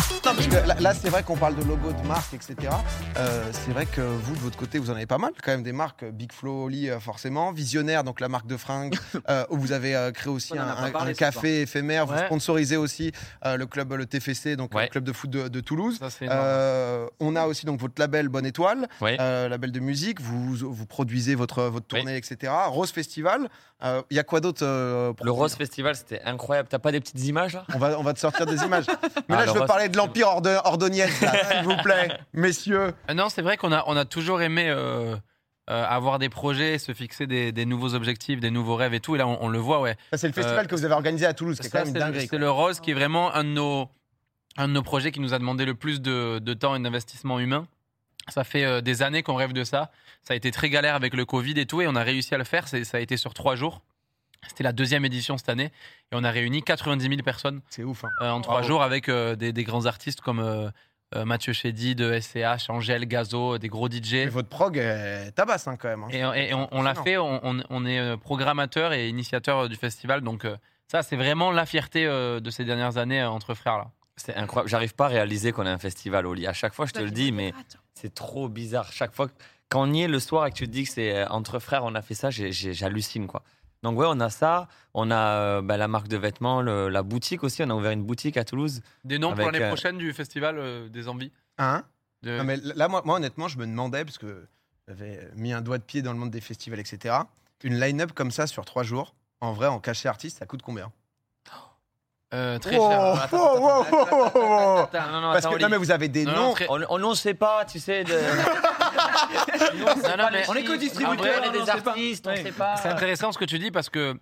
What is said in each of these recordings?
que là, là, c'est vrai qu'on parle de logo de marque, etc. Euh, c'est vrai que vous, de votre côté, vous en avez pas mal, quand même, des marques. euh, Big Flow, Oli, euh, forcément. Visionnaire, donc la marque de fringues, euh, où vous avez euh, créé aussi On en un, a pas un- parlé un ce café éphémère. Vous Ouais. sponsorisez aussi euh, le club, le TFC, donc Ouais. le club de foot de, de Toulouse. Ça, c'est énorme. Euh, on a aussi donc votre label Bonne Étoile, Ouais. euh, label de musique. Vous, vous produisez votre, votre Oui. tournée, etc. Rose Festival. Euh, Il y a quoi d'autre euh, pour Le finir Rose Festival, c'était incroyable. T'as pas des petites images là on va, on va te sortir des images. Mais Ah, là, le je veux Rose parler de l'Empire Ordo- Ordoniès, là, s'il vous plaît, messieurs. Euh, Non, c'est vrai qu'on a, on a toujours aimé euh, euh, avoir des projets, se fixer des, des nouveaux objectifs, des nouveaux rêves et tout. Et là, on, on le voit, ouais. Ça, c'est le festival que vous avez organisé à Toulouse, qui est Euh, Ça, quand même une c'est le- dinguerie. C'est le Rose qui est vraiment un de nos, un de nos projets qui nous a demandé le plus de, de temps et d'investissement humain. Ça fait euh, des années qu'on rêve de ça. Ça a été très galère avec le Covid et tout, et on a réussi à le faire. C'est- Ça a été sur trois jours. C'était la deuxième édition cette année, et on a réuni 90 000 personnes C'est ouf. hein. euh, en trois jours avec euh, des, des grands artistes comme euh, euh, Mathieu Chédy de SCH, Angèle, Gazo, euh, des gros DJ. Et votre prog euh, tabasse hein, quand même. hein. Et, et on, on l'a fait, on, on- on est euh, programmateur et initiateur euh, du festival. Donc, euh, ça, c'est vraiment la fierté euh, de ces dernières années euh, entre frères. là. C'est incroyable. J'arrive pas à réaliser qu'on a un festival au lit. À chaque fois, je te le dis, mais Attends. c'est trop bizarre. Chaque fois, que- quand on y est le soir et que tu te dis que c'est euh, entre frères, on a fait ça, j'ai- j'ai- j'hallucine quoi. Donc ouais, on a ça, on a euh, bah, la marque de vêtements, le- la boutique aussi. On a ouvert une boutique à Toulouse. Des noms pour Avec, l'année euh, prochaine du festival euh, des envies. Hein De- Non, mais là, moi, moi, honnêtement, je me demandais, parce que j'avais mis un doigt de pied dans le monde des festivals, etc. Une line-up comme ça sur trois jours, en vrai, en cachet artiste, ça coûte combien Euh, très Wow, cher. wow, Attends, attends, wow, attends, attends, wow, attends, wow, wow. attends, attends, non, non, Parce attends, que, non, Oli. mais vous avez des Non, noms. non, très- On on n'en sait pas, tu sais. de- Nous, Non, non, on sait pas mais- les on est chiffres. que En distributeurs, vrai, on est on des sait pas. artistes, on Ouais. sait pas. C'est intéressant ce que tu dis parce que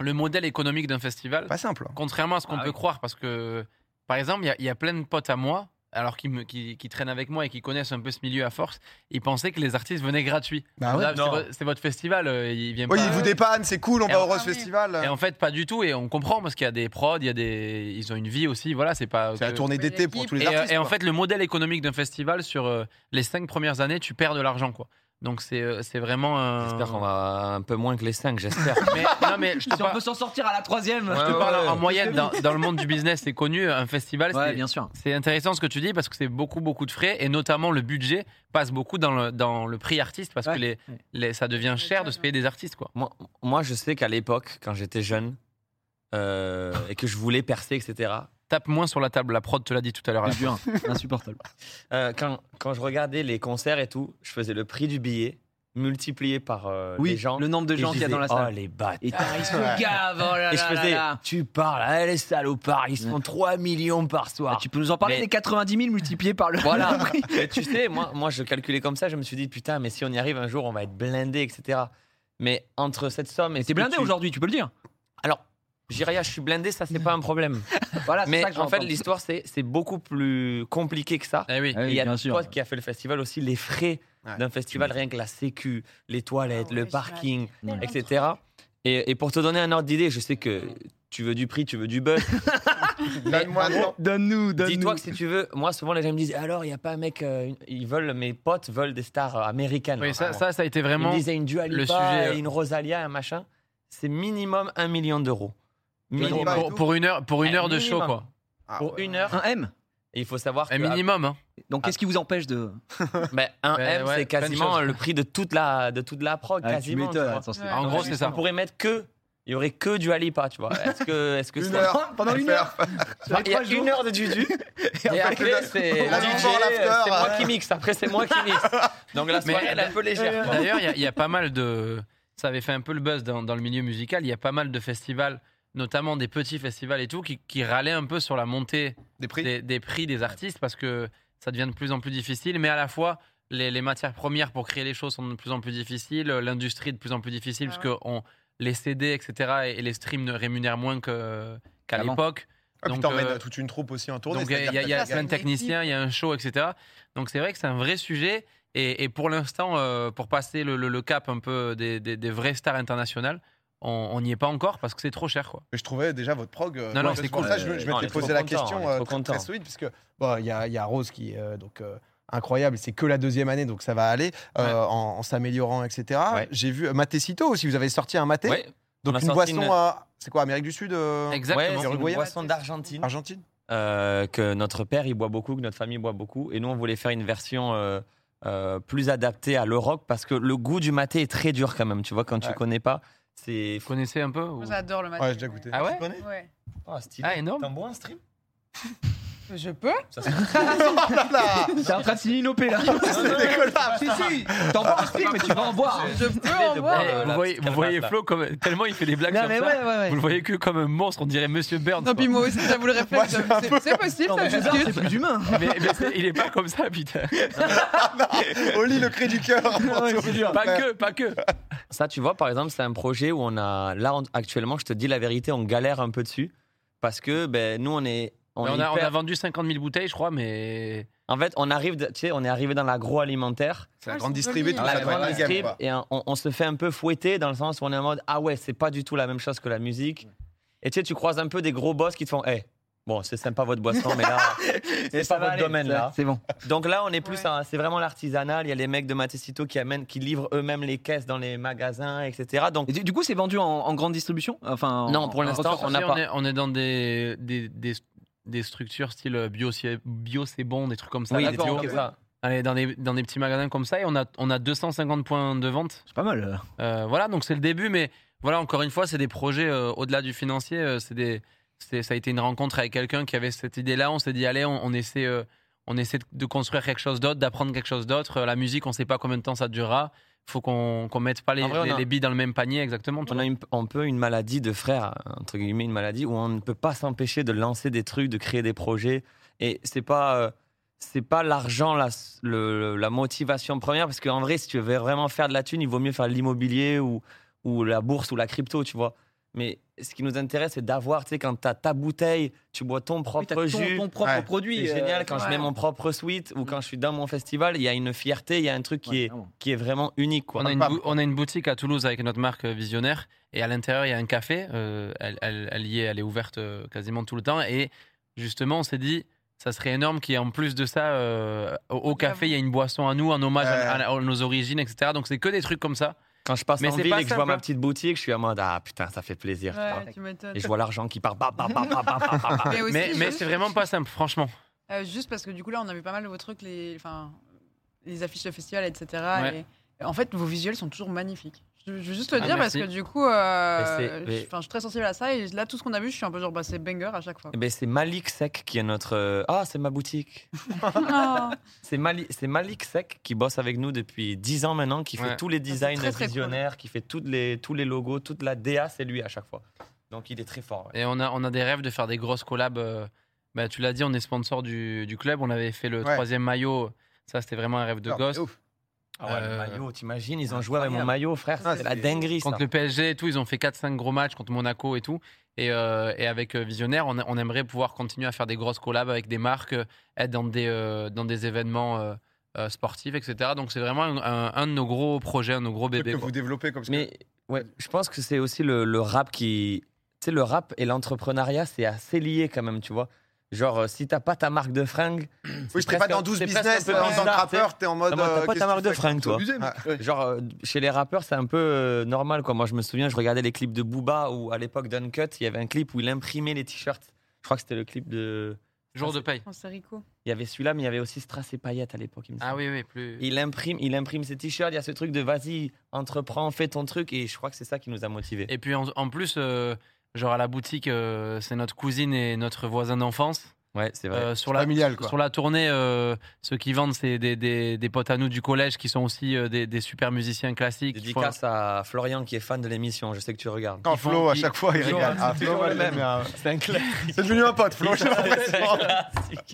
le modèle économique d'un festival, Pas simple. hein. contrairement à ce qu'on Ah peut oui. croire, parce que, par exemple, il y a- il y, a plein de potes à moi, alors qui, me, qui, qui traînent avec moi et qui connaissent un peu ce milieu à force, ils pensaient que les artistes venaient gratuits. Bah Là, ouais. c'est Non. vo- C'est votre festival, euh, ils viennent Oui, pas. ils vous dépannent, c'est cool, on Et va au on- Rose Festival. Et en fait, pas du tout. Et on comprend parce qu'il y a des prods, il y a des, ils ont une vie aussi. Voilà, c'est pas. C'est la que- tournée Mais d'été pour l'équipe- tous les Et, euh, artistes. et en quoi. fait, le modèle économique d'un festival sur euh, les cinq premières années, tu perds de l'argent, quoi. Donc c'est euh, c'est vraiment. un- J'espère qu'on va un peu moins que les 5, j'espère. Mais, non mais je te, Si on par- peut s'en sortir à la troisième. je te Ouais, parle en- ouais. en moyenne dans, dans le monde du business, c'est connu. Un festival, Ouais, c'est- bien sûr. c'est intéressant ce que tu dis parce que c'est beaucoup beaucoup de frais et notamment le budget passe beaucoup dans le dans le prix artiste parce Ouais. que les, Ouais. les- ça devient cher de se payer des artistes, quoi. Moi, moi, je sais qu'à l'époque, quand j'étais jeune euh, et que je voulais percer, etc., Tape moins sur la table. La prod te l'a dit tout à l'heure. à la C'est dur, insupportable. euh, quand, quand je regardais les concerts et tout, je faisais le prix du billet multiplié par euh, les Oui, gens. le nombre de et gens je qu'il y a disais, dans la salle. Oh, les bâtards. Et t'as- ils se Ouais. gavent, oh là Et je là faisais, là là. tu parles, ah, les salopards, ils font 3 millions par Ah, soir. tu peux nous en parler Mais- des 90 000 multipliés par le. Voilà. Mais tu sais, moi, moi, je calculais comme ça, je me suis dit, putain, mais si on y arrive un jour, on va être blindé, etc. Mais entre cette somme et. T'es ce que blindé tu- aujourd'hui, tu peux le dire. Alors, Jiraya, je suis blindé, ça, c'est pas un problème. Voilà, c'est Mais ça que en fait, j'entends. l'histoire, c'est c'est beaucoup plus compliqué que ça. Eh oui. Ah oui, Et il y a bien un sûr. pote qui a fait le festival aussi, les frais Ouais. d'un festival, rien que la sécu, les toilettes, Ah le ouais, parking, j'imagine. etc. Et, et pour te donner un ordre d'idée, je sais que tu veux du prix, tu veux du buzz. Donne-moi le nom. Donne-nous, donne-nous. Dis-toi que si tu veux, moi souvent les gens me disent alors il n'y a pas un mec, euh, une- ils veulent, mes potes veulent des stars euh, américaines. Oui, ça, Vraiment. ça, ça a été Ils me vraiment. disaient une Dua le Lipa, sujet, euh. une Rosalia, un machin. C'est minimum un million d'euros. Dua Pour, Lipa. Minimum. pour- pour une heure, pour une Eh, heure de show, minimum. quoi. Ah, Pour ouais. une heure. Un M. Et il faut savoir Un que minimum. hein. Donc qu'est-ce qui vous empêche de. ben, un Ouais, M ouais, c'est plein de quasiment choses. le prix de toute la de toute la prog Ah, quasiment. tu vois. attends, c'est- Ouais. En gros, c'est ça. On pourrait mettre que. Il y aurait que du Alipa, tu vois. Est-ce que, est-ce que Une c'est- heure. Pendant une heure. Enfin, Il y a Trois jours. une heure de Juju. et après, c'est la DJ, DJ, c'est moi ouais. qui mixe. Après, c'est moi qui mixe. Donc la Mais- soirée, elle est un peu légère. quoi. D'ailleurs, il y a- il y, a pas mal de. Ça avait fait un peu le buzz dans, dans le milieu musical. Il y a pas mal de festivals, notamment des petits festivals et tout, qui, qui râlaient un peu sur la montée Des prix des, des prix des artistes parce que ça devient de plus en plus difficile. Mais à la fois, les, les matières premières pour créer les choses sont de plus en plus difficiles, l'industrie est de plus en plus difficile Ah parce que on, les CD, etc., et, et les streams ne rémunèrent moins que- qu'à Avant. l'époque. Ah, puis donc, t'emmènes euh, toute une troupe aussi en tournée. Donc il y a- il y, a- il y a plein de techniciens, il y a un show, etc. Donc c'est vrai que c'est un vrai sujet. Et, et pour l'instant, euh, pour passer le, le- le cap un peu des, des- des vraies stars internationales, on on n'y est pas encore parce que c'est trop cher. Quoi. Mais je trouvais déjà votre prog. euh, Non, non, c'est c'est pour cool. ça que je, je Non, on m'étais est trop posé la content, on question est euh, trop très, content. très solide, parce que bon, il y, a- il y a Rose qui est donc euh, incroyable. C'est que la deuxième année, donc ça va aller euh, Ouais. en, en s'améliorant, etc. Ouais. J'ai vu euh, Maté Cito aussi. Vous avez sorti un Maté, Ouais, on donc a une sorti boisson. une- euh, c'est quoi, Amérique du Sud, euh, Exactement. ouais, c'est une Uruguayen. boisson d'Argentine. Argentine euh, que notre père il boit beaucoup, que notre famille boit beaucoup, et nous on voulait faire une version euh, euh, plus adaptée à l'Europe parce que le goût du maté est très dur quand même. Tu vois, quand tu Ouais. connais pas, c'est Vous connaissez un peu ou- Moi, j'adore le matin. Ouais, j'ai déjà goûté. Ah ouais Tu connais Ouais. oh, stylé. Ah, énorme. T'en bois un stream Je peux Ça, c'est- Oh là là T'es en train de signer une OP là. C'est dégueulasse. si, si, t'en bois un stream, mais tu vas en boire. Je peux en de boire. boire, Eh, euh, vous la voyez, petite vous voyez calvasse, là. Flo comme, tellement il fait des blagues Non, sur mais ça. ouais, ouais, ouais. Vous le voyez que comme un monstre, on dirait Monsieur Burns. Non, quoi. puis moi aussi, j'avoue le réflexe. Moi, c'est un peu- C'est c'est possible, Non, ça mais César, discute. c'est plus humain. mais, mais c'est- il est pas comme ça, putain. Oli, le cri du cœur. Pas que, pas que. Ça, tu vois, par exemple, c'est un projet où on a. Là, on- actuellement, je te dis la vérité, on galère un peu dessus parce que ben, nous, on est. On, est a, on hyper- a vendu 50 000 bouteilles, je crois, mais. En fait, on arrive, de- tu sais, on est arrivé dans l'agroalimentaire, C'est la Ah, grande ils distribuée, sont tout jolis. ça la doit grande être la gamme. strip, quoi. et on, on se fait un peu fouetter dans le sens où on est en mode ah ouais, c'est pas du tout la même chose que la musique. Et tu sais, tu croises un peu des gros boss qui te font, hé, bon, c'est sympa votre boisson, mais là, c'est pas votre domaine là. C'est bon. Donc là, on est plus, Ouais. un- c'est vraiment l'artisanal. Il y a les mecs de Matecito qui amènent, qui livrent eux-mêmes les caisses dans les magasins, etc. Donc Et du, du coup, c'est vendu en, en grande distribution Enfin, en- Non, pour en l'instant, ressort- on n'a Tu sais, pas. Est, on est dans des, des, des, des structures style euh, bio, c'est- bio c'est bon, des trucs comme ça. oui, des d'accord, bio. comme ça. Allez, dans, des, dans des petits magasins comme ça, et on a, on a 250 points de vente. C'est pas mal. Euh, voilà, donc c'est le début, mais voilà, encore une fois, c'est des projets euh, au-delà du financier. euh, c'est des, c'est- ça a été une rencontre avec quelqu'un qui avait cette idée-là. On s'est dit, allez, on, on essaie, euh, on essaie de- de construire quelque chose d'autre, d'apprendre quelque chose d'autre. Euh, La musique, on ne sait pas combien de temps ça durera. Faut qu'on qu'on mette pas les, En vrai, on les- a- les billes dans le même panier, exactement. tu On vois. a une- un peu une maladie de frère, entre guillemets, une maladie où on ne peut pas s'empêcher de lancer des trucs, de créer des projets. Et c'est pas, euh, c'est pas l'argent, la, le- la motivation première, parce qu'en vrai, si tu veux vraiment faire de la thune, il vaut mieux faire de l'immobilier ou, ou la bourse ou la crypto, tu vois. Mais ce qui nous intéresse, c'est d'avoir, tu sais, quand t'as ta bouteille, tu bois ton propre jus. ton euh, propre Ouais. produit. C'est génial quand je ouais. mets mon propre suite ou quand je suis dans mon festival, il y a une fierté, il y a un truc qui, est, qui est vraiment unique. Quoi. On a, une Pam. bou- on a une boutique à Toulouse avec notre marque euh, Visionnaire et à l'intérieur il y a un café. euh, elle, elle- elle y est, elle est ouverte euh, quasiment tout le temps. Et justement, on s'est dit, ça serait énorme qu'il y ait en plus de ça euh, au, au café, il y a une boisson à nous, un hommage à, à- à nos origines, etc. Donc c'est que des trucs comme ça. Quand je passe Mais en c'est ville pas et que je vois simple, hein. ma petite boutique, je suis en mode ah putain, ça fait plaisir. tu vois. Ouais, tu m'étonnes. Et je vois l'argent qui part. bah, bah, bah, bah, bah, bah, bah. Mais aussi, mais mais juste- c'est vraiment pas simple, franchement. euh, juste parce que du coup, là, on a vu pas mal de vos trucs, les, enfin, les affiches de festival, etc. Ouais. Et, en fait, vos visuels sont toujours magnifiques. Je, je veux juste le Ah, dire merci. parce que du coup, euh, Mais c'est- mais- je, enfin, je suis très sensible à ça. Et là, tout ce qu'on a vu, je suis un peu genre, bah, c'est banger à chaque fois. Eh ben, c'est Malik Sek qui est notre. euh, Ah, c'est ma boutique. Ah, C'est Mali- c'est Malik Sek qui bosse avec nous depuis 10 ans maintenant, qui fait Ouais. tous les c'est designs très, très cool. visionnaires, qui fait toutes les, tous les logos, toute la DA, c'est lui à chaque fois. Donc il est très fort. ouais. Et on a, on a des rêves de faire des grosses collabs. euh, bah, tu l'as dit, on est sponsor du, du club. On avait fait le Ouais. troisième maillot. Ça, c'était vraiment un rêve de Non, gosse. c'est ouf. Ah ouais, Euh, le maillot, t'imagines, ils ont joué avec mon incroyable. maillot, frère. Ah, C'est la c'est- dinguerie. ça. contre le PSG et tout, ils ont fait 4-5 gros matchs contre Monaco et tout. Et, euh, et avec euh, Visionnaire, on, on aimerait pouvoir continuer à faire des grosses collabs avec des marques, euh, être dans des, euh, dans des événements euh, euh, sportifs, etc. Donc c'est vraiment un, un- un de nos gros projets, un de nos gros Truc bébés. que Mm. quoi. vous développez comme ça. Mais ouais, je pense que c'est aussi le, le rap qui. Tu sais, le rap et l'entrepreneuriat, c'est assez lié quand même, tu vois. Genre, euh, si t'as pas ta marque de fringues. Oui, je t'es pas dans 12 business, euh, en tant que rappeur, t'es en mode. Ah, moi, t'as euh, pas ta qu'est-ce que marque tu de fais fringues, toi. T'es obligé, mais- Ouais. Genre, euh, chez les rappeurs, c'est un peu euh, normal, quoi. Moi, je me souviens, je regardais les clips de Booba ou à l'époque d'Uncut, il y avait un clip où il imprimait les t-shirts. Je crois que c'était le clip de. Jour de paye. oh, c'est Rico. Il y avait celui-là, mais il y avait aussi Strass et Paillettes à l'époque. il me semble. Ah oui, oui, plus. Il imprime, il imprime ses t-shirts, il y a ce truc de vas-y, entreprends, fais ton truc, et je crois que c'est ça qui nous a motivés. Et puis en, en plus, euh, genre à la boutique, euh, c'est notre cousine et notre voisin d'enfance. Ouais, c'est vrai. Euh, sur la Familial, quoi. Sur la tournée, euh, ceux qui vendent, c'est des, des- des potes à nous du collège qui sont aussi euh, des, des super musiciens classiques. qui font- Dédicace à Florian qui est fan de l'émission, je sais que tu regardes. Quand Ils font- Flo, à ils- chaque fois, il toujours- régale. Ah, c'est Flo, toujours moi, le je l'aime même. bien. C'est un clair. C'est devenu un pote, Flo, j'ai l'impression.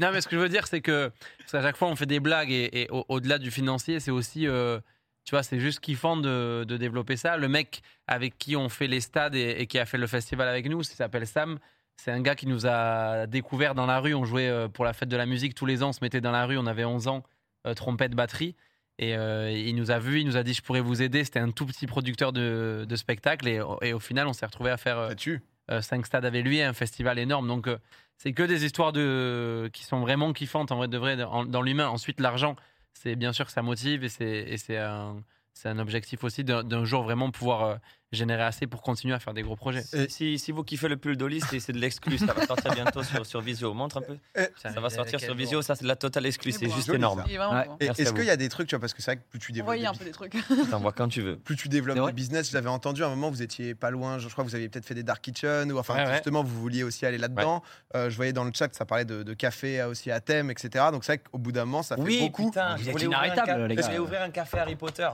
Non, mais ce que je veux dire, c'est que parce qu'à chaque fois, on fait des blagues et, et au- au-delà du financier, c'est aussi, euh, tu vois, c'est juste kiffant de, de développer ça. Le mec avec qui on fait les stades et, et qui a fait le festival avec nous, il s'appelle Sam. C'est un gars qui nous a découvert dans la rue. On jouait euh, pour la fête de la musique tous les ans, on se mettait dans la rue. On avait 11 ans, euh, trompette, batterie. Et euh, il nous a vu, il nous a dit je pourrais vous aider. C'était un tout petit producteur de, de spectacle et, au- et au final on s'est retrouvé à faire euh, Ça tue. euh, cinq stades avec lui et un festival énorme. Donc, euh, c'est que des histoires de... qui sont vraiment kiffantes en vrai de vrai dans, dans l'humain. Ensuite, l'argent, c'est bien sûr que ça motive et c'est et c'est un, c'est un objectif aussi d'un d'un jour vraiment pouvoir euh, générer assez pour continuer à faire des gros projets. Et- Euh, Si, si vous kiffez le pull d'Oli, c'est c'est de l'exclu. Ça va sortir bientôt sur, sur Visio. Montre un peu. Ça Euh, va sortir sur Visio. Ça, c'est de la totale exclu. C'est C'est beau, juste hein. énorme. Il est vraiment Ouais. bon. Et Merci à Est-ce vous. qu'il y a des trucs, tu vois, parce que c'est vrai que plus tu développes, Envoyez un des peu bi- des trucs. T'envoies quand tu veux. plus tu développes C'est vrai le business, je l'avais entendu à un moment, vous étiez pas loin, je je crois que vous aviez peut-être fait des dark kitchen, ou enfin Ouais, ouais. justement, vous vouliez aussi aller là-dedans. Euh, je voyais dans le chat, ça parlait de, de café euh, aussi à thème, etc. Donc c'est vrai qu'au bout d'un moment, ça fait Oui, beaucoup. putain, je Vous êtes voulais, ouvrir un, inarrêtable, ca- les je gars. voulais ouvrir un café Harry Potter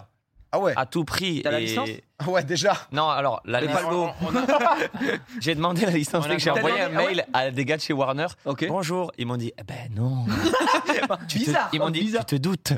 Ah ouais, à tout prix. T'as la et- licence ah ouais, déjà. Non, alors la Mais licence. on- on a- J'ai demandé la licence. On dès que J'ai attend. envoyé T'as un demandé- mail à des gars de chez Warner. Ok. Bonjour. Ils m'ont dit eh ben non. Tu te- Bizarre. Ils m'ont dit Bizarre. tu te doutes.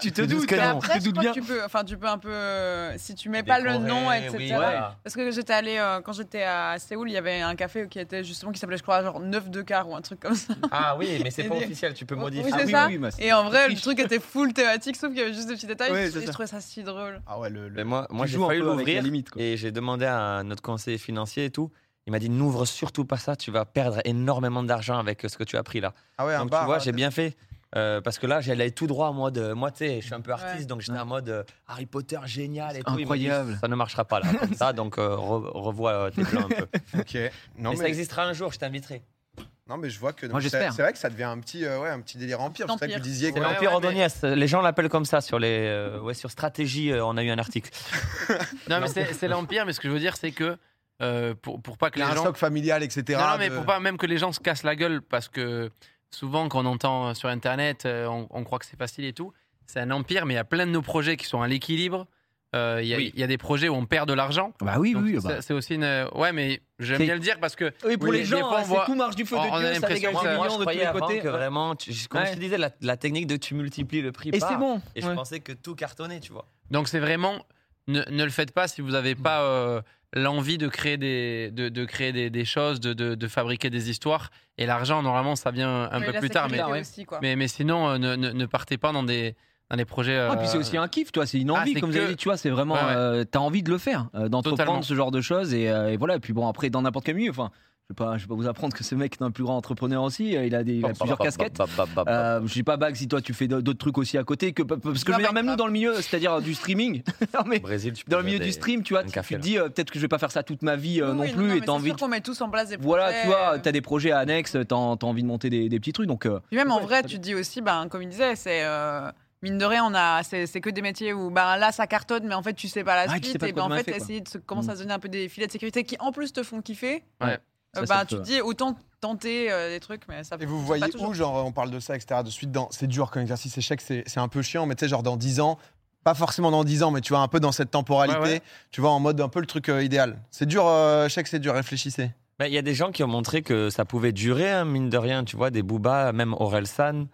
Tu te doutes doutes que que Mais non. après, Tu je doutes crois bien. que tu peux, enfin, tu peux un peu, euh, si tu mets pas le nom, etc. Oui, voilà. Parce que j'étais allée, euh, quand j'étais à Séoul, il y avait un café qui était justement qui s'appelait, je crois, genre 9 de quart ou un truc comme ça. Ah oui, mais c'est Et pas des- officiel. Tu peux Oui, modifier. c'est Ah oui, ça. oui, mais c'est- Et en vrai, le truc était full thématique, sauf qu'il y avait juste des petits détails. Ouais, et c'est je ça. trouvais ça si drôle. Ah ouais, le. le- Mais Ben, moi, moi Tu j'ai joues un failli peu avec la l'ouvrir. limite, quoi. Et j'ai demandé à notre conseiller financier et tout. Il m'a dit n'ouvre surtout pas ça, tu vas perdre énormément d'argent avec ce que tu as pris là. Ah ouais, un donc bar, tu vois, euh, j'ai bien fait. euh, parce que là, j'allais tout droit en mode. euh, Moi, tu sais, je suis un peu artiste, Ouais. donc j'étais en mode euh, Harry Potter génial et tout. Il m'a dit, Incroyable. ça ne marchera pas là, comme ça, donc euh, re- revois euh, tes plans un peu. Ok. Non mais, mais, ça existera un jour, je t'inviterai. non mais je vois que. donc, Moi, c'est- j'espère. C'est vrai que ça devient un petit, euh, ouais, un petit délire empire. C'est vrai que vous Empire. disiez. que- C'est Ouais, l'Empire ouais, mais- Ordoniès, les gens l'appellent comme ça sur, les, euh, ouais, sur Stratégie, euh, on a eu un article. non, mais c'est c'est l'empire, mais ce que je veux dire, c'est que euh, pour, pour pas que Il y a les un gens stock familial, etc. Non, non, mais de- pour pas même que les gens se cassent la gueule, parce que souvent, quand on entend euh, sur Internet, euh, on, on croit que c'est facile et tout. C'est un empire, mais il y a plein de nos projets qui sont à l'équilibre. Euh, Il y, a- Oui. il y a des projets où on perd de l'argent. Bah oui, Donc, oui, oui. c'est- C'est aussi une. euh, Ouais, mais j'aime C'est- bien le dire parce que. Oui, pour Oui, les des gens, fois, on hein, voit- c'est tout marche du feu on- de on a Dieu, ça l'impression dégage que des ça- Moi, millions je de tous croyais les avant côtés. que Ouais. vraiment, tu- je- comme je Ouais. te disais, la, la technique de tu multiplies le prix Et par, c'est bon. Et je Ouais. pensais que tout cartonnait, tu vois. Donc, c'est vraiment. Ne, ne le faites pas si vous n'avez pas euh, l'envie de créer des, de, de créer des, des choses, de, de- de fabriquer des histoires. Et l'argent, normalement, ça vient un Oui, peu la plus tard. Mais, sécurité ouais. aussi, quoi. mais, mais sinon, euh, ne, ne- ne partez pas dans des, dans des projets. Ah, puis c'est euh, aussi un kiff, tu vois, c'est une Ah, envie, c'est comme vous que- avez dit, tu vois, c'est vraiment, Ouais, ouais. euh, t'as envie de le faire, euh, Totalement. d'entreprendre ce genre de choses, et, euh, et voilà, et puis bon, après, dans n'importe quel milieu, enfin, je vais pas, je vais pas vous apprendre que ce mec est un plus grand entrepreneur aussi, euh, il a, des, il a plusieurs casquettes. Bah, Euh, je sais pas, Bag, si toi tu fais d'autres trucs aussi à côté, que, bah, parce que je veux Non, dire, mais même nous grave. dans le milieu, c'est-à-dire du streaming, non, mais Brésil, tu dans le milieu du stream, tu vois, un tu, tu café, te là. dis euh, peut-être que je vais pas faire ça toute ma vie euh, Oui, non oui, plus, mais et c'est t'as envie. sûr qu'on met tous en place des Voilà, projets, tu vois, euh, t'as des projets annexes, t'as t'as envie de monter des, des petits trucs, donc. euh, Puis même en Ouais, vrai, très tu te dis aussi, ben, comme il disait, c'est euh, mine de rien, on a, c'est, c'est que des métiers où ben, là ça cartonne, mais en fait tu sais pas la Ah, tu suite. sais pas et quoi ben, en demain fait, fait, quoi. Mm. essayer de se, commencer à se donner un peu des filets de sécurité qui en plus te font kiffer. Ouais. Euh, Ça, c'est ben, le tu feu, te dis autant tenter euh, des trucs, mais ça Et vous ça voyez pas toujours. où, genre, on parle de ça, etc. De suite, dans c'est dur comme exercice échec, c'est c'est un peu chiant, mais tu sais, genre dans 10 ans, pas forcément dans 10 ans, mais tu vois, un peu dans cette temporalité, Ouais, ouais. tu vois, en mode un peu le truc euh, idéal. C'est dur, euh, échec, c'est dur, réfléchissez. Ben, Il y a des gens qui ont montré que ça pouvait durer, hein, mine de rien, tu vois, des Booba, même Orelsan.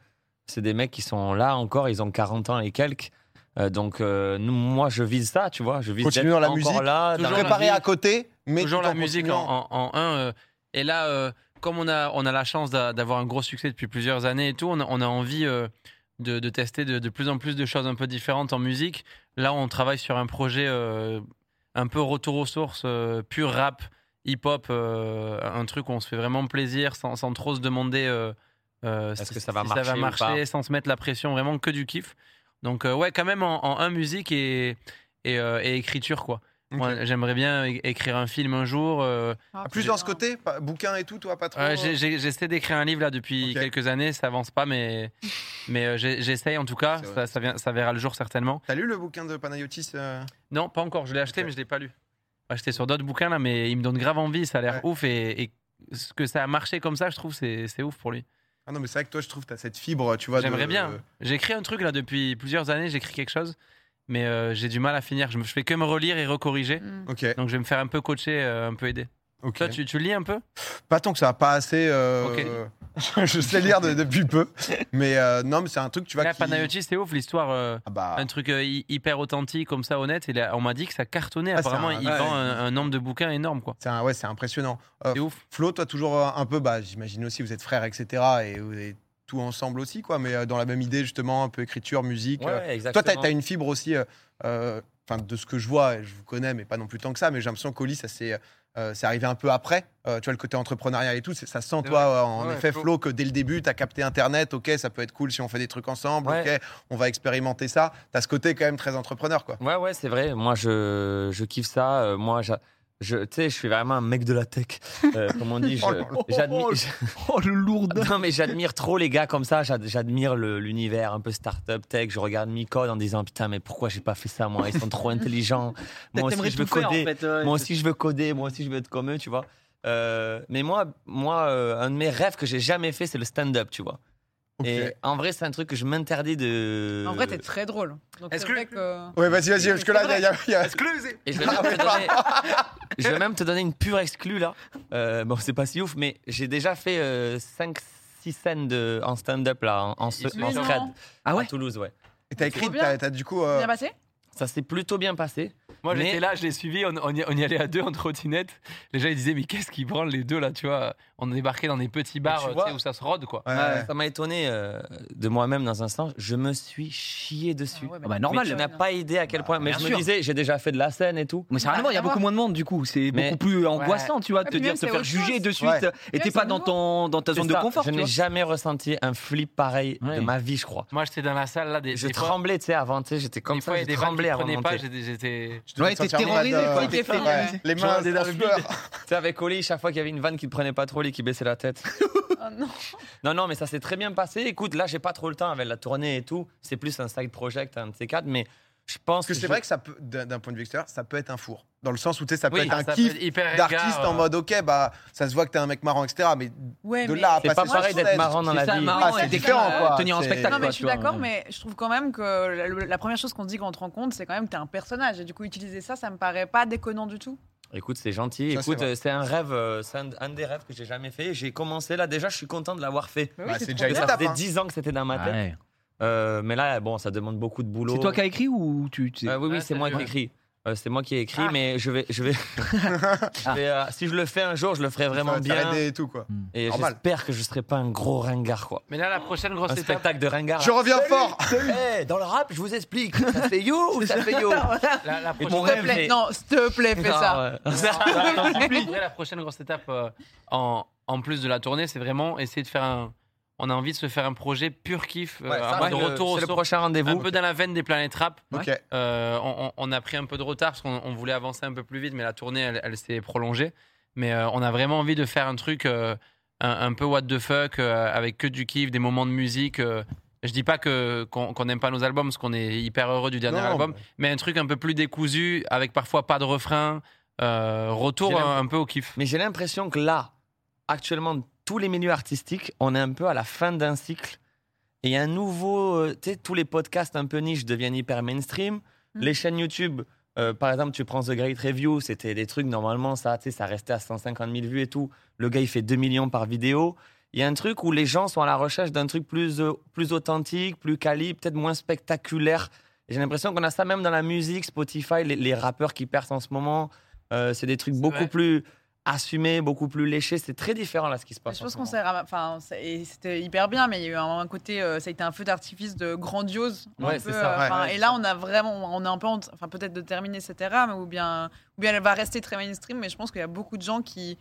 C'est des mecs qui sont là encore, ils ont 40 ans et quelques. Euh, donc, euh, nous, moi, je vise ça, tu vois. Je vise Continuer d'être dans la encore musique, là. toujours dans la Préparé vie. à côté, mais. toujours tout en la musique en, continuant. en, en un. euh, et là, euh, comme on a, on a la chance d'a- d'avoir un gros succès depuis plusieurs années et tout, on a, on a envie euh, de, de tester de, de plus en plus de choses un peu différentes en musique. Là, on travaille sur un projet euh, un peu retour aux sources, euh, pur rap, hip-hop, euh, un truc où on se fait vraiment plaisir sans, sans trop se demander euh, euh, Est-ce si, que ça va si marcher ou marcher, sans se mettre la pression, vraiment que du kiff. Donc, euh, ouais, quand même en, en un musique et, et, euh, et écriture, quoi. Ok. Moi, j'aimerais bien é- écrire un film un jour. euh, Ah, Plus putain. dans ce côté, pas- bouquin et tout, toi, pas trop. euh, j'ai- j'ai- J'essaie d'écrire un livre là depuis Oh. Ok. quelques années, ça avance pas, mais, mais euh, j'ai- j'essaye en tout cas. C'est vrai. Ça, ça, vient- ça verra le jour certainement. T'as lu le bouquin de Panayotis euh Non, pas encore. Je l'ai acheté, Ok. mais je l'ai pas lu. Acheté sur d'autres bouquins là, mais il me donne grave envie. Ça a l'air ouf et, et ce que ça a marché comme ça, je trouve, c'est c'est ouf pour lui. Ah non, mais c'est vrai que toi, je trouve, t'as cette fibre, tu vois. de- euh, J'aimerais bien. J'écris un truc là depuis plusieurs années. J'écris quelque chose, mais euh, j'ai du mal à finir. Je, me, je fais que me relire et recorriger. Mm. Ok, Donc je vais me faire un peu coacher, euh, un peu aider. ok. Toi, tu, tu lis un peu Pas tant que ça, pas assez. euh, je sais lire de- depuis peu, mais euh, non, mais c'est un truc, tu vois. Là, qui- Panayotis, c'est ouf l'histoire. euh, Ah bah, un truc euh, hy- hyper authentique comme ça honnête et là, on m'a dit que ça cartonnait Ah, c'est apparemment un- il ouais. vend un, un nombre de bouquins énorme quoi c'est un- ouais, c'est impressionnant. Euh, c'est ouf Flo, toi, toujours euh, un peu, bah, j'imagine aussi, vous êtes frères, etc. Et vous êtes tout ensemble aussi, quoi. Mais euh, dans la même idée, justement, un peu écriture, musique. Ouais, euh. ouais, Toi, exactement. t'as as une fibre aussi. euh, euh, enfin, de ce que je vois, et je vous connais, mais pas non plus tant que ça, mais j'ai l'impression qu'Oli, ça s'est euh, c'est arrivé un peu après. Euh, tu vois, le côté entrepreneuriat et tout, c'est- ça sent, C'est toi, vrai. euh, en Ouais, effet, Flo. Flo, que dès le début, tu as capté Internet, ok, ça peut être cool si on fait des trucs ensemble, Ouais. ok, on va expérimenter ça. Tu as ce côté quand même très entrepreneur, quoi. Ouais, ouais, c'est vrai. Moi, je, je kiffe ça. Euh, moi, j'a- je, tu sais, je suis vraiment un mec de la tech. Euh, comme on dit, je- Oh là là. j'admire. Oh, le lourd Non, mais j'admire trop les gars comme ça. J'ad- J'admire le- l'univers un peu start-up tech. Je regarde Micode en disant putain, mais pourquoi j'ai pas fait ça moi Ils sont trop intelligents. Moi aussi, je veux coder. Moi aussi, je veux coder. Moi aussi, je veux être comme eux, tu vois. Euh, mais moi, moi euh, un de mes rêves que j'ai jamais fait, c'est le stand-up, tu vois. Ok. Et en vrai, c'est un truc que je m'interdis de. En vrai, t'es très drôle. Donc, Est-ce c'est que- vrai que. Ouais, vas-y, vas-y, parce que là, il y a. il y a- Et je vais, même te donner, je vais même te donner une pure exclue là. Euh, bon, c'est pas si ouf, mais j'ai déjà fait 5-6 scènes de, en stand-up là, en, en, se- Mais en non. thread. Ah ouais À Toulouse, ouais. Et t'as écrit, Trop bien. t'as t'as du coup. euh, Bien passé Ah, Ça s'est plutôt bien passé. Moi, Mais- j'étais là, je l'ai suivi, on, on y, on y allait à deux en trottinette. Les gens, ils disaient, mais qu'est-ce qui branle les deux là, tu vois On débarquait dans des petits bars tu euh, tu vois- sais, où ça se rôde, quoi. ouais, ouais. Ça m'a étonné euh, de moi-même dans un sens. Je me suis chié dessus. Ah ouais, bah, mais- normal. Mais tu n'as pas idée à quel Bah, point. Mais bien je me sûr. disais, j'ai déjà fait de la scène et tout. Mais sérieusement, il y Rien a à beaucoup voir. moins de monde du coup. C'est Mais- beaucoup plus angoissant, tu vois, de te puis dire, même, te c'est faire autre juger chose. de suite. Ouais. Et t'es Ouais, pas c'est dans, nouveau. ton, dans ta C'est zone de ça. confort. Je tu n'ai vois. jamais ressenti un flip pareil Ouais. de ma vie, je crois. Moi, j'étais dans la salle là, des, Je des fois- tremblais, tu sais, avant, tu sais, j'étais comme des fois, il y ça, a je des vannes qui tremblais avant de prenaient pas, monter. j'étais- j'étais. Je devais Ouais, te t'es sentir malade, terrorisé, euh, quoi, ouais. t'es fait, Les mains Genre des en arbitres. sueur. Tu sais, avec Oli, chaque fois qu'il y avait une vanne qui ne prenait pas trop, lui qui baissait la tête. Ah, non. Non, non, mais ça s'est très bien passé. Écoute, là, j'ai pas trop le temps avec la tournée et tout. C'est plus un side project, un de ces quatre, mais je Parce pense que c'est je- vrai que ça peut, d'un d'un point de vue extérieur, ça peut être un four. Dans le sens où tu sais, ça peut Oui, être un ça kiff peut être hyper d'artiste ringard, en euh. mode ok, bah ça se voit que t'es un mec marrant, etc. Mais Ouais, de mais- là à C'est pas passer sur pareil d'être scène, marrant dans C'est la ça, vie. marrant, Ah, ouais, c'est c'est différent, ça, quoi. tenir un C'est- spectacle. Non, mais quoi, je suis tu vois, d'accord, ouais. mais je trouve quand même que la, le- la première chose qu'on se dit quand on te rencontre, c'est quand même que t'es un personnage. Et du coup, utiliser ça, ça me paraît pas déconnant du tout. Écoute, c'est gentil. Ça, c'est Écoute, vrai. euh, c'est un rêve, euh, c'est un, un des rêves que j'ai jamais fait. J'ai commencé là, déjà, je suis content de l'avoir fait. Bah Bah, c'est trop déjà bien. une Ça étape. faisait hein. 10 ans que c'était dans ma tête. Ouais. Euh, mais là, bon, ça demande beaucoup de boulot. C'est toi qui as écrit ou tu. tu sais- Euh, oui, oui, Ah, c'est salut, moi qui ouais. écris. Euh, c'est moi qui ai écrit, Ah. mais je vais, je vais. je vais, euh, si je le fais un jour, je le ferai Ça va vraiment bien. t'arrêter et tout quoi. Et Normal. j'espère que je serai pas un gros ringard, quoi. Mais là, la prochaine grosse Un étape, spectacle de ringard. Je reviens fort. Hey, Eh, dans le rap, je vous explique. Ça fait yo ou ça fait yo la, la mon prochaine, S'il te plaît, mais- non, s'il te plaît, fais ça. Non, ouais. Bah, Attends, en vrai, la prochaine grosse étape euh, en, en plus de la tournée, c'est vraiment essayer de faire un. On a envie de se faire un projet pur kiff, euh, Ouais, ça, un peu de Ouais, le- retour au C'est le source, prochain un rendez-vous. peu dans la veine des planètes rap. Ok. Euh, on, on- on a pris un peu de retard parce qu'on on voulait avancer un peu plus vite, mais la tournée, elle, elle s'est prolongée. Mais euh, on a vraiment envie de faire un truc euh, un, un peu what the fuck, euh, avec que du kiff, des moments de musique. euh. je dis pas que qu'on qu'on n'aime pas nos albums, parce qu'on est hyper heureux du dernier Non, album, mais- mais un truc un peu plus décousu, avec parfois pas de refrain, euh, J'ai retour l'im- un, un peu au kiff. Mais j'ai l'impression que là, actuellement, tous les milieux artistiques, on est un peu à la fin d'un cycle. Et il y a un nouveau. euh, tu sais, tous les podcasts un peu niche deviennent hyper mainstream. Mm. Les chaînes YouTube, euh, par exemple, tu prends The Great Review, c'était des trucs, normalement, ça, tu sais, ça restait à 150 000 vues et tout. Le gars, il fait 2 millions par vidéo. Il y a un truc où les gens sont à la recherche d'un truc plus, euh, plus authentique, plus quali, peut-être moins spectaculaire. Et J'ai l'impression qu'on a ça même dans la musique, Spotify, les, les rappeurs qui percent en ce moment. euh, c'est des trucs C'est beaucoup vrai. plus assumés, beaucoup plus léchés. C'est très différent là ce qui se passe. Je en pense ce qu'on moment. s'est ram- enfin, c'est- et c'était hyper bien, mais il y a eu un, un côté, euh, ça a été un feu d'artifice de grandiose. un Ouais, peu, c'est ça, euh, ouais, enfin, ouais, et c'est là, ça. on a vraiment, on est un peu, en- enfin peut-être de terminer cette ère, mais ou bien, ou bien elle va rester très mainstream. Mais je pense qu'il y a beaucoup de gens qui,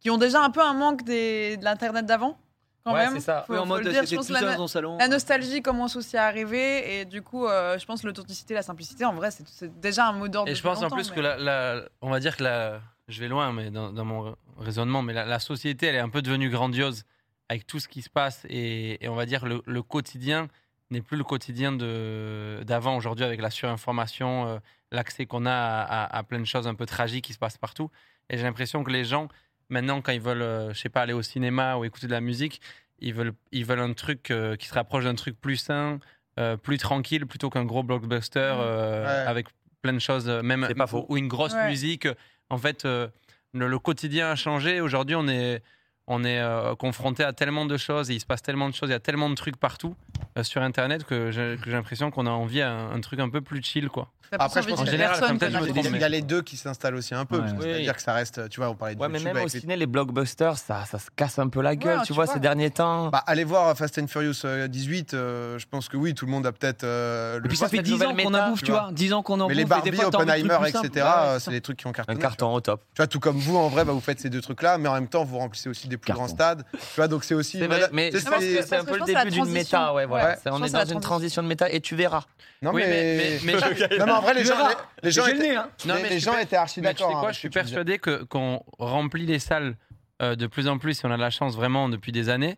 qui ont déjà un peu un manque des, de l'internet d'avant, quand Ouais, même. c'est ça. Faut- Oui, en faut mode, le dire, c'était je tout pense que la, seul no- dans le salon. la nostalgie commence aussi à arriver, et du coup, euh, je pense l'authenticité, la simplicité, en vrai, c'est- c'est déjà un mot d'ordre. Et je depuis pense en longtemps, plus mais- que la, la- on va dire que la, je vais loin, mais dans, dans mon raisonnement, mais la, la société, elle est un peu devenue grandiose avec tout ce qui se passe et, et on va dire le, le quotidien n'est plus le quotidien de d'avant aujourd'hui avec la surinformation, euh, l'accès qu'on a à, à- à plein de choses un peu tragiques qui se passent partout. Et j'ai l'impression que les gens maintenant, quand ils veulent, euh, je sais pas, aller au cinéma ou écouter de la musique, ils veulent, ils veulent un truc euh, qui se rapproche d'un truc plus sain, euh, plus tranquille, plutôt qu'un gros blockbuster euh, Ouais. avec plein de choses, euh, même C'est pas faux. ou une grosse Ouais. euh, musique. En fait, euh, le, le quotidien a changé. Aujourd'hui, on est, on est euh, confronté à tellement de choses, et il se passe tellement de choses, il y a tellement de trucs partout euh, sur Internet que j'ai que j'ai l'impression qu'on a envie à un, un truc un peu plus chill, quoi. T'as plus Après, je envie pense que- de dire En général, personne comme Il y que t'as dit, de- a- il y a les deux qui s'installent aussi un peu. Ouais. parce que Oui. C'est-à-dire que ça reste. Tu vois, on parlait de Ouais, mais YouTube même au avec les- ciné, les blockbusters, ça, ça se casse un peu la gueule, Ouais, tu, tu vois, vois. ces derniers temps. Bah, allez voir Fast and Furious euh, 18, euh, je pense que oui, tout le monde a peut-être euh, le Et puis ça voir. fait 10 ans nouvelle qu'on méta, en bouffe, tu tu vois. 10 ans qu'on en bouffe. Mais les et des Barbie, fois, t'as envie de trucs Oppenheimer, plus etc., simples. euh, c'est les trucs qui ont cartonné. un tu vois. carton au top. Tu vois, tout comme vous, en vrai, bah, vous faites ces deux trucs-là, mais en même temps, vous remplissez aussi des plus Carton. grands stades. Tu vois, donc c'est aussi. C'est une vrai, mada- mais tu je sais, pense c'est- que c'est un parce peu le que je pense que début la d'une transition- méta. Ouais, ouais, voilà. C'est- je on est pense que la dans une transition de méta et tu verras. Non, Oui, mais. mais- mais- mais- Non, mais en vrai, les Tu gens, verras. les, les gens J'ai le étaient, nez, hein. Non, les- mais les je gens étaient archi Mais tu sais d'accord. hein, quoi, avec je ce suis que tu disais. persuadé que qu'on remplit les salles euh, de plus en plus, et on a de la chance vraiment depuis des années.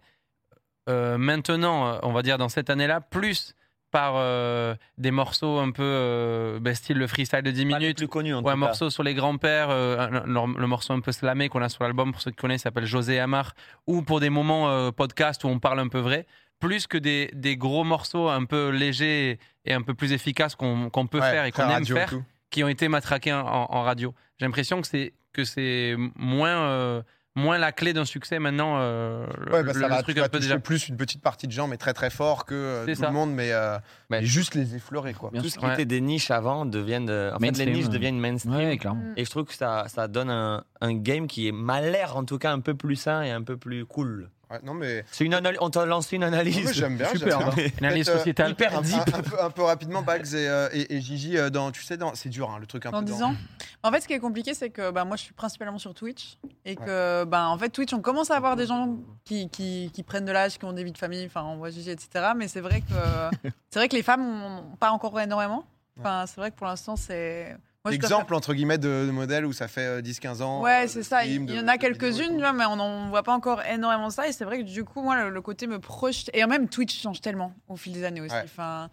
Euh, maintenant, euh, on va dire dans cette année-là, plus par euh, des morceaux un peu euh, ben, style le freestyle de 10 minutes, plus connu en ou un morceau sur les grands-pères, euh, un- un- le, le morceau un peu slamé qu'on a sur l'album, pour ceux qui connaissent, s'appelle José Amar, ou pour des moments euh, podcast où on parle un peu vrai, plus que des, des gros morceaux un peu légers et un peu plus efficaces qu'on qu'on peut Ouais, faire et très qu'on aime radio et faire tout. qui ont été matraqués en, en radio. J'ai l'impression que c'est que c'est moins euh, moins la clé d'un succès maintenant. euh, le- Ouais, bah, le, ça le va, truc tu vas un peu toucher déjà. plus une petite partie de gens, mais très très fort que euh, C'est tout ça. le monde, mais, euh, Mais- mais juste les effleurer quoi. Bien Tout ce sûr. qui Ouais. était des niches avant deviennent. de- En fait, les Mainstream, niches ouais. deviennent mainstream. Ouais, clairement. Et je trouve que ça, ça donne un, un game qui est- m'a l'air en tout cas un peu plus sain et un peu plus cool. Ouais, non mais, C'est une analyse. On t'a lancé une non, mais analyse. Ah, j'aime bien. Super, j'aime bien. hein. Analyse Peut-être, euh, sociétale. Un, un- un peu, un peu rapidement, Bags et, euh, et- et Gigi, euh, dans, tu sais, dans- c'est dur hein, le truc un Dans peu. 10 dans- ans. En fait, ce qui est compliqué, c'est que bah, moi, je suis principalement sur Twitch. Et que, bah, en fait, Twitch, on commence à avoir des gens qui, qui, qui prennent de l'âge, qui ont des vies de famille, enfin, on voit Gigi, etc. Mais c'est vrai que, c'est vrai que les femmes, ont pas encore énormément. Enfin, c'est vrai que pour l'instant, c'est. Moi, je préfère- Exemple entre guillemets de, de modèle où ça fait euh, 10-15 ans. euh, Ouais, de c'est ça. stream, Il il y de- en a de vidéos et quelques-unes, tout. tu vois, mais on n'en voit pas encore énormément ça. Et c'est vrai que du coup, moi, le, le côté me projette. Et même Twitch change tellement au fil des années aussi. Ouais. Enfin,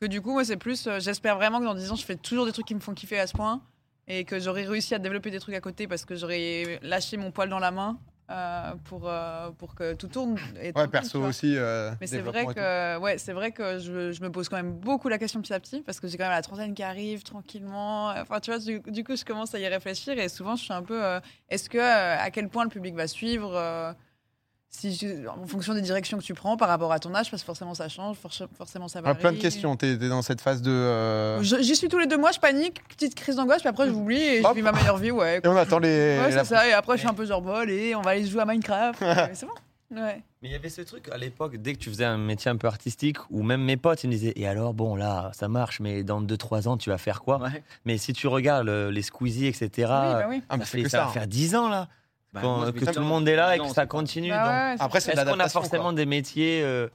que du coup, moi, c'est plus. euh, J'espère vraiment que dans 10 ans, je fais toujours des trucs qui me font kiffer à ce point. Et que j'aurai réussi à développer des trucs à côté parce que j'aurai lâché mon poil dans la main euh, pour, euh, pour que tout tourne. et tout Ouais, tourne, tu perso vois. aussi. euh, Mais c'est vrai développement et tout. que, ouais, c'est vrai que je, je me pose quand même beaucoup la question petit à petit parce que j'ai quand même la trentaine qui arrive tranquillement. Enfin, tu vois, du, du coup, je commence à y réfléchir et souvent, je suis un peu. euh, Est-ce que euh, à quel point le public va suivre euh, si je- en fonction des directions que tu prends par rapport à ton âge, parce que forcément ça change, forc- forcément ça Ouais, varie. Ah, plein de questions. T'es t'es dans cette phase de. euh, Je- J'y suis tous les deux mois, je panique, petite crise d'angoisse, puis après j'oublie et je Hop. vis ma meilleure vie, ouais. Et on attend les. Ouais, la- c'est ça. Et après, je suis un peu genre, bon, allez, on va aller jouer à Minecraft. Ouais, c'est bon. Ouais. Mais il y avait ce truc à l'époque, dès que tu faisais un métier un peu artistique, ou même mes potes, ils me disaient Et alors, bon, là, ça marche, mais dans 2-3 ans, tu vas faire quoi Ouais. Mais si tu regardes euh, les Squeezie, etc., oui, bah oui. Ah, mais ça, c'est fait, que ça ça, va hein. faire 10 ans, là, Bah, qu'on- moi, ça que fait tout le dix monde est là et ans, que c'est ça pas- continue. Bah donc, ouais, c'est Après, ça. c'est de Est-ce qu'on a l'adaptation, forcément quoi. des métiers euh,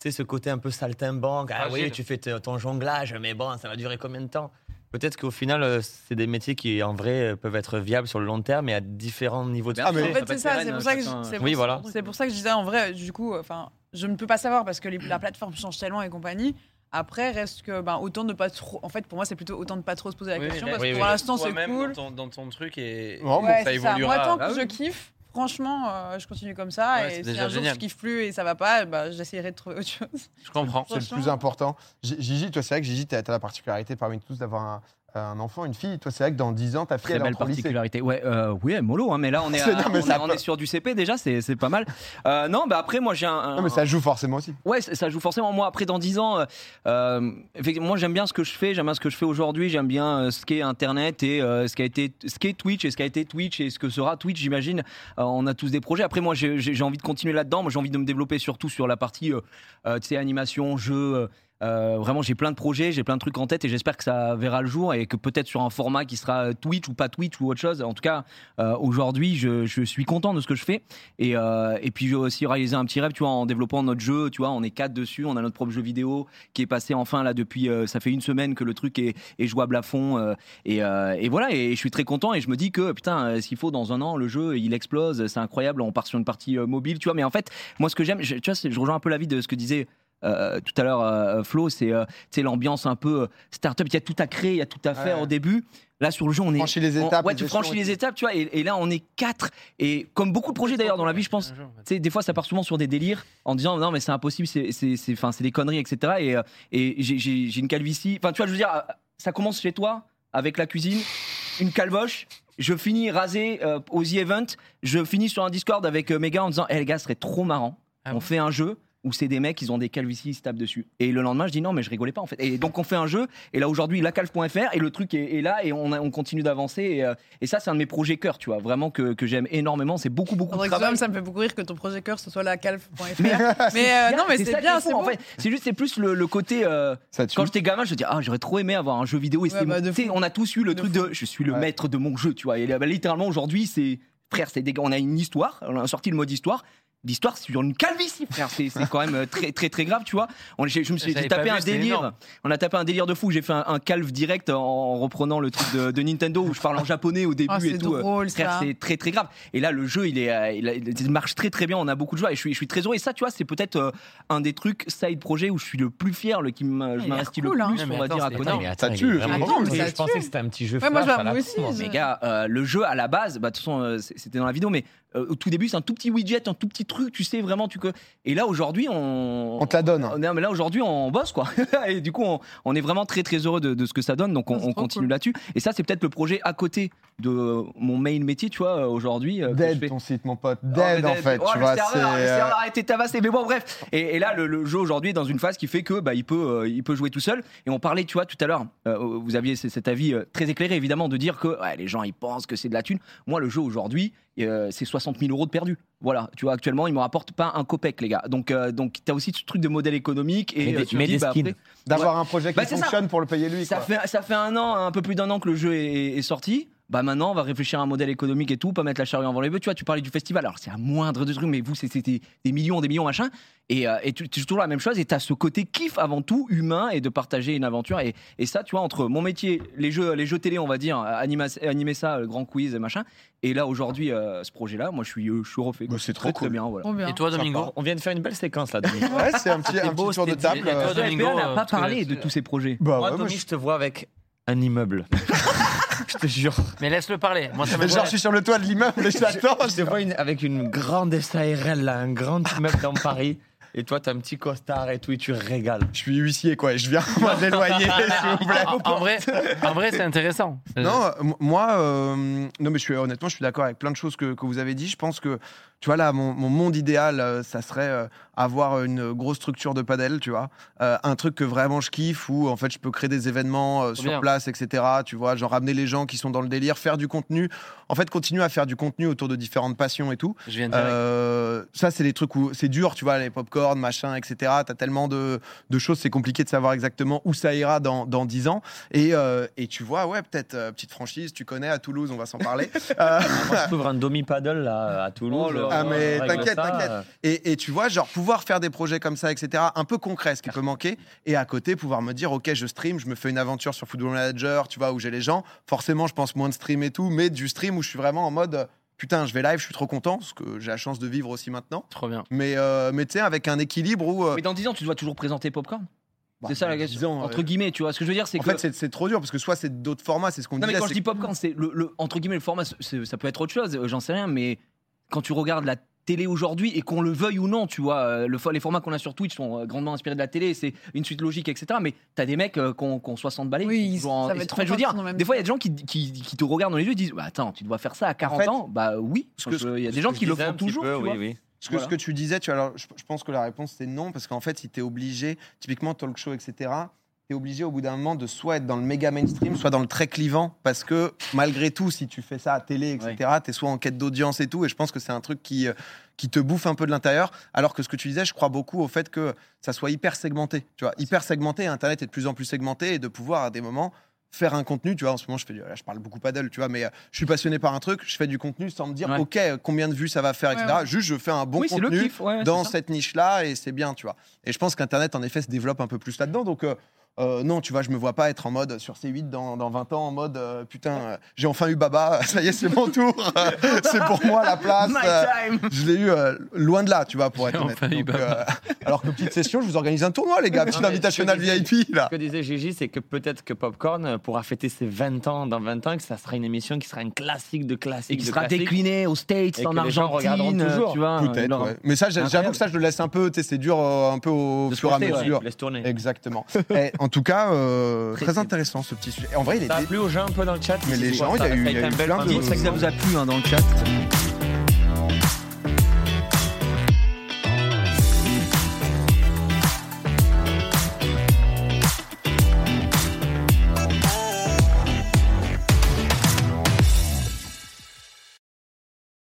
tu sais, ce côté un peu saltimbanque. Ah Fragile. oui, tu fais te- ton jonglage, mais bon, ça va durer combien de temps Peut-être qu'au final, euh, c'est des métiers qui, en vrai, euh, peuvent être viables sur le long terme et à différents niveaux de Ah, mais- succès. En fait, c'est ça, c'est pour ça que je, Chacun- c'est Oui, pour- voilà. c'est pour ça que je disais en vrai, du coup, enfin, je ne peux pas savoir parce que les- la plateforme change tellement et compagnie. Après, reste que ben, autant de pas trop. En fait, pour moi, c'est plutôt autant de pas trop se poser la question parce que oui, pour oui. l'instant, c'est cool. Dans ton, truc et Ouais, bon, Ouais, ça c'est ça. Moi, évoluera. tant Bah que oui. je kiffe, franchement, euh, je continue comme ça. Ouais, et c'est si déjà un jour génial. je kiffe plus et ça va pas, bah, j'essaierai de trouver autre chose. Je comprends. C'est le plus important. G- Gigi, toi, c'est vrai que Gigi, t'as t'as la particularité parmi tous d'avoir un, un enfant, une fille. Toi, c'est vrai que dans 10 ans, ta fille, Très elle belle est en lycée. particularité. Ouais, euh, oui, mollo, hein, mais là on est, à- C'est- non, mais on, ça est- on peut- est sur du CP déjà, c'est c'est pas mal. Euh, non, bah après moi j'ai un, un- Non, mais ça joue forcément aussi. Ouais, ça ça joue forcément. Moi, après, dans 10 ans, euh, euh, effectivement, moi, j'aime bien ce que je fais, j'aime bien ce que je fais aujourd'hui, j'aime bien euh, ce qu'est Internet et euh, ce qu'a été, ce qu'est Twitch et ce qu'a été Twitch et ce que sera Twitch, j'imagine. Euh, on a tous des projets. Après, moi, j'ai- j'ai j'ai envie de continuer là-dedans. Moi, j'ai envie de me développer surtout sur la partie, euh, euh, tu sais, animation, jeu. euh, euh, vraiment, j'ai plein de projets, j'ai plein de trucs en tête et j'espère que ça verra le jour et que peut-être sur un format qui sera euh, Twitch ou pas Twitch ou autre chose. En tout cas, euh, aujourd'hui, je, je suis content de ce que je fais. Et, euh, et puis j'ai aussi réalisé un petit rêve, tu vois, en développant notre jeu, tu vois, on est quatre dessus, on a notre propre jeu vidéo qui est passé enfin là depuis, euh, ça fait une semaine que le truc est, est jouable à fond. euh, et, euh, et voilà, et, je suis très content et je me dis que putain, euh, s'il faut dans un an, le jeu il explose, c'est incroyable, on part sur une partie euh, mobile, tu vois. Mais en fait, moi ce que j'aime, je- tu vois, c'est- je rejoins un peu l'avis de ce que disait. euh, tout à l'heure, euh, Flo, c'est euh, tu sais, l'ambiance un peu euh, startup. Il y a tout à créer, il y a tout à faire Ouais. au début. Là, sur le jeu, on est, Franchis les on- étapes. ouais, tu franchis les étapes, tu vois. Et, et là, on est quatre. Et comme beaucoup de projets d'ailleurs dans la vie, je pense. Tu sais, des fois, ça part souvent sur des délires en disant non, mais c'est impossible, c'est, c'est, c'est, enfin, c'est des conneries, etc. Et, euh, et j'ai, j'ai- j'ai une calvitie. Enfin, tu vois, je veux dire, euh, ça commence chez toi avec la cuisine. une calboche. Je finis rasé euh, aux The Event. Je finis sur un Discord avec euh, mes gars en disant Eh les gars, ce serait trop marrant. Ah on bon fait un jeu où c'est des mecs, ils ont des calvities, ils se tapent dessus. Et le lendemain, je dis non, mais je rigolais pas en fait. Et donc on fait un jeu, et là aujourd'hui, lacalve.fr, et le truc est, est là, et on, a- on continue d'avancer. Et, euh, et ça, c'est un de mes projets cœur, tu vois, vraiment que, que j'aime énormément. C'est beaucoup, beaucoup de André travail. Xom, ça me fait beaucoup rire que ton projet cœur ce soit la calf.fr. Mais, ah, euh, non, mais ça c'est qui bien, est fou, c'est en beau. fait. C'est juste, c'est plus le, le côté. euh, Ça tue. quand j'étais gamin, je me disais, ah, j'aurais trop aimé avoir un jeu vidéo. Et Ouais, c'est- bah, de tu sais, fou. on a tous eu le De truc fou. de je suis le Ouais. maître de mon jeu, tu vois. Et là, bah, littéralement, aujourd'hui, c'est. Frère, c'est des... on a une histoire, on a sorti le mode histoire. L'histoire sur une calvitie, frère. C'est c'est quand même euh, très, très, très grave, tu vois. On, j'ai- je me suis, J'avais j'ai pas tapé vu, un c'était délire. énorme. On a tapé un délire de fou. J'ai fait un, un calve direct en, en reprenant le truc de, de Nintendo où je parle en japonais au début Ah, et c'est tout. euh, drôle Frère, ça. c'est très très grave. Et là, le jeu, il, est, euh, il, a- il marche très très bien. On a beaucoup de joie et je suis, je suis très heureux. Et ça, tu vois, c'est peut-être euh, un des trucs side projet où je suis le plus fier, le qui il m- je a l'air m'investis cool, le hein. plus, Non, mais on va attends, dire, à c'est côté. énorme. mais mais attends, attends, Ça tue, il est vraiment vraiment cool. cool. Ça Je pensais tue. que c'était un petit jeu Ouais, moi, flash je vois, à la moi con, aussi, moi. je- Les gars, euh, le jeu à la base, bah, de toute façon, euh, c'est- c'était dans la vidéo, mais euh, au tout début, c'est un tout petit widget, un tout petit truc, tu sais vraiment. Tu... que- Et là, aujourd'hui, on. On te la donne. hein. Non, mais là, aujourd'hui, on bosse, quoi. et du coup, on, on est vraiment très, très heureux de, de ce que ça donne. Donc, on, C'est on trop continue cool. là-dessus. Et ça, c'est peut-être le projet à côté de euh, mon main métier, tu vois, euh, aujourd'hui. euh, que je Dead fais. ton site, mon pote. Oh, mais Dead en Dead. fait. Oh, Tu le vois, c'est. serveur, le euh, serveur a été tabassé. Mais bon, bref. Et, et là, le, le jeu aujourd'hui est dans une phase qui fait que bah, il peut, euh, il peut jouer tout seul. Et on parlait, tu vois, tout à l'heure, euh, vous aviez c- cet avis euh, très éclairé, évidemment, de dire que ouais, les gens ils pensent que c'est de la thune. Moi, le jeu aujourd'hui, euh, c'est 60 000 euros de perdu. Voilà, tu vois, actuellement, il me rapporte pas un copec, les gars. Donc, euh, donc, t'as aussi ce truc de modèle économique et Mais des- euh, tu mais te des bah, skins. après, D'avoir un projet qui Bah, c'est ça. fonctionne pour le payer lui. ça quoi. fait, ça fait un an, un peu plus d'un an que le jeu est, est sorti. Bah maintenant, on va réfléchir à un modèle économique et tout, pas mettre la charrue avant les bœufs. Tu vois, tu parlais du festival. Alors, c'est un moindre de trucs, mais vous, c'est- c'était des millions, des millions, machin. Et, euh, et tu, tu- toujours la même chose. Et t'as ce côté kiff avant tout, humain, et de partager une aventure. Et, et ça, tu vois, entre mon métier, les jeux, les jeux télé, on va dire, animer, animer ça, le grand quiz, machin. Et là, aujourd'hui, euh, ce projet-là, moi, je suis, euh, je suis refait. Mais Bah, c'est Très, trop très cool. bien, voilà. Trop bien. Et toi, Domingo On vient de faire une belle séquence là. Domingo. Ouais, c'est un petit, C'est un petit beau, tour de c'est table. délicieux. euh, Toi, Domingo, on n'a euh, pas parce que parlé là-dessus, de tous ces projets. Bah Moi, ouais, moi, Tommy, je te vois avec un immeuble. Je te jure. Mais laisse-le parler. Moi, ça je- Genre, je suis sur le toit de l'immeuble et je t'attends. Je te vois une- avec une grande SARL, là, un grand immeuble dans Paris. Et toi, t'as un petit costard et tout, et tu régales. Je suis huissier, quoi. Je viens de l'éloigner, s'il vous plaît. En, en vrai, en vrai, c'est intéressant. Non, euh, m- moi, euh, non, mais je suis, honnêtement, je suis d'accord avec plein de choses que, que vous avez dit. Je pense que, tu vois, là, mon, mon monde idéal, euh, ça serait euh, avoir une grosse structure de padel, tu vois. Euh, un truc que vraiment je kiffe, où en fait, je peux créer des événements euh, sur bien. place, etc. Tu vois, genre ramener les gens qui sont dans le délire, faire du contenu. En fait, continuer à faire du contenu autour de différentes passions et tout. Je viens de dire. Euh, ça, c'est les trucs où c'est dur, tu vois, les pop-corn, machin, etc. T'as tellement de, de choses, c'est compliqué de savoir exactement où ça ira dans, dans 10 ans. Et, euh, et tu vois, ouais, peut-être euh, petite franchise, tu connais à Toulouse, on va s'en parler. Euh, Moi, je t'ouvre un demi-paddle là, à Toulouse. Oh là Euh, Ah, mais on règle t'inquiète, ça, t'inquiète. euh. et, et tu vois, genre pouvoir faire des projets comme ça, etc. Un peu concret, ce qui peut manquer. Et à côté, pouvoir me dire, ok, je stream, je me fais une aventure sur Football Manager, tu vois, où j'ai les gens. Forcément, je pense moins de stream et tout, mais du stream où je suis vraiment en mode. Putain, je vais live, je suis trop content, parce que j'ai la chance de vivre aussi maintenant. Trop bien. Mais, euh, mais tu sais, avec un équilibre où. euh, Mais dans 10 ans, tu dois toujours présenter Popcorn. Bah, c'est ça la dans question. 10 ans, Entre ouais. guillemets, tu vois ce que je veux dire, c'est En que. fait, c'est- c'est trop dur parce que soit c'est d'autres formats, c'est ce qu'on Non mais disait. quand je c'est- dis popcorn, c'est le, le- entre guillemets le format, c'est- ça peut être autre chose, euh, j'en sais rien, mais quand tu regardes la télé aujourd'hui et qu'on le veuille ou non, tu vois, euh, le, fo- les formats qu'on a sur Twitch sont euh, grandement inspirés de la télé, c'est une suite logique, etc. Mais t'as des mecs euh, qui ont qui ont 60 balais, Oui, ils- qui sont toujours en- ça va être enfin, je veux 30 dire, qu'ils ont même des fois il y a des gens qui, qui, qui te regardent dans les yeux et disent, bah attends, tu dois faire ça à 40 fait, ans, bah oui, ce parce que- que il y a ce des que gens je qui le Disais font un petit toujours, peu, tu oui, vois. oui. ce que, ce Voilà. que tu disais, tu vois, alors je, je pense que la réponse c'est non, parce qu'en fait, il t'es obligé, typiquement talk show, etc., t'es obligé au bout d'un moment de soit être dans le méga mainstream, soit dans le très clivant, parce que malgré tout, si tu fais ça à télé, etc., t'es soit en quête d'audience et tout, et je pense que c'est un truc qui, euh, qui te bouffe un peu de l'intérieur, alors que ce que tu disais, je crois beaucoup au fait que ça soit hyper segmenté, tu vois, hyper segmenté, Internet est de plus en plus segmenté, et de pouvoir à des moments faire un contenu, tu vois, en ce moment je fais du- là, je parle beaucoup paddle, tu vois, mais euh, je suis passionné par un truc, je fais du contenu sans me dire Ouais. OK, euh, combien de vues ça va faire Ouais, etc. ouais. Juste, je fais un bon oui, c'est le contenu kiff, ouais, ouais, dans c'est ça. cette niche-là et c'est bien, tu vois. Et je pense qu'Internet, en effet, se développe un peu plus là-dedans. Donc, euh, euh, non, tu vois, je me vois pas être en mode sur C8 dans, dans 20 ans, en mode euh, putain, euh, j'ai enfin eu Baba, ça y est, c'est mon tour, Euh, c'est pour moi la place. My Euh, time. je l'ai eu euh, loin de là, tu vois, pour être J'ai honnête. enfin eu Donc, Baba. euh, alors que petite session, je vous organise un tournoi, les gars, petit Non, mais invitational je te disais- VIP, là. Ce que disait Gigi, c'est que peut-être que Popcorn pourra fêter ses 20 ans dans 20 ans, que ça sera une émission qui sera une classique de classique. Et qui de sera classique. décliné aux States, Et en que les gens Argentine, regarderont euh, toujours. tu vois. euh, Peut-être, leur- ouais. Mais ça, j'a- j'avoue Incroyable. que ça, je le laisse un peu, tu sais, c'est dur euh, un peu au De se fur et à projeter, ouais. mesure. Laisse tourner. Exactement. Eh, En tout cas, euh, Très- très intéressant ce petit sujet. En vrai, il est Ça a plu aux gens un peu dans le chat Mais les c'est- gens, il y a ça eu- fait il y a une eu belle plein fin de- C'est ça que ça vous a plu hein, dans le chat.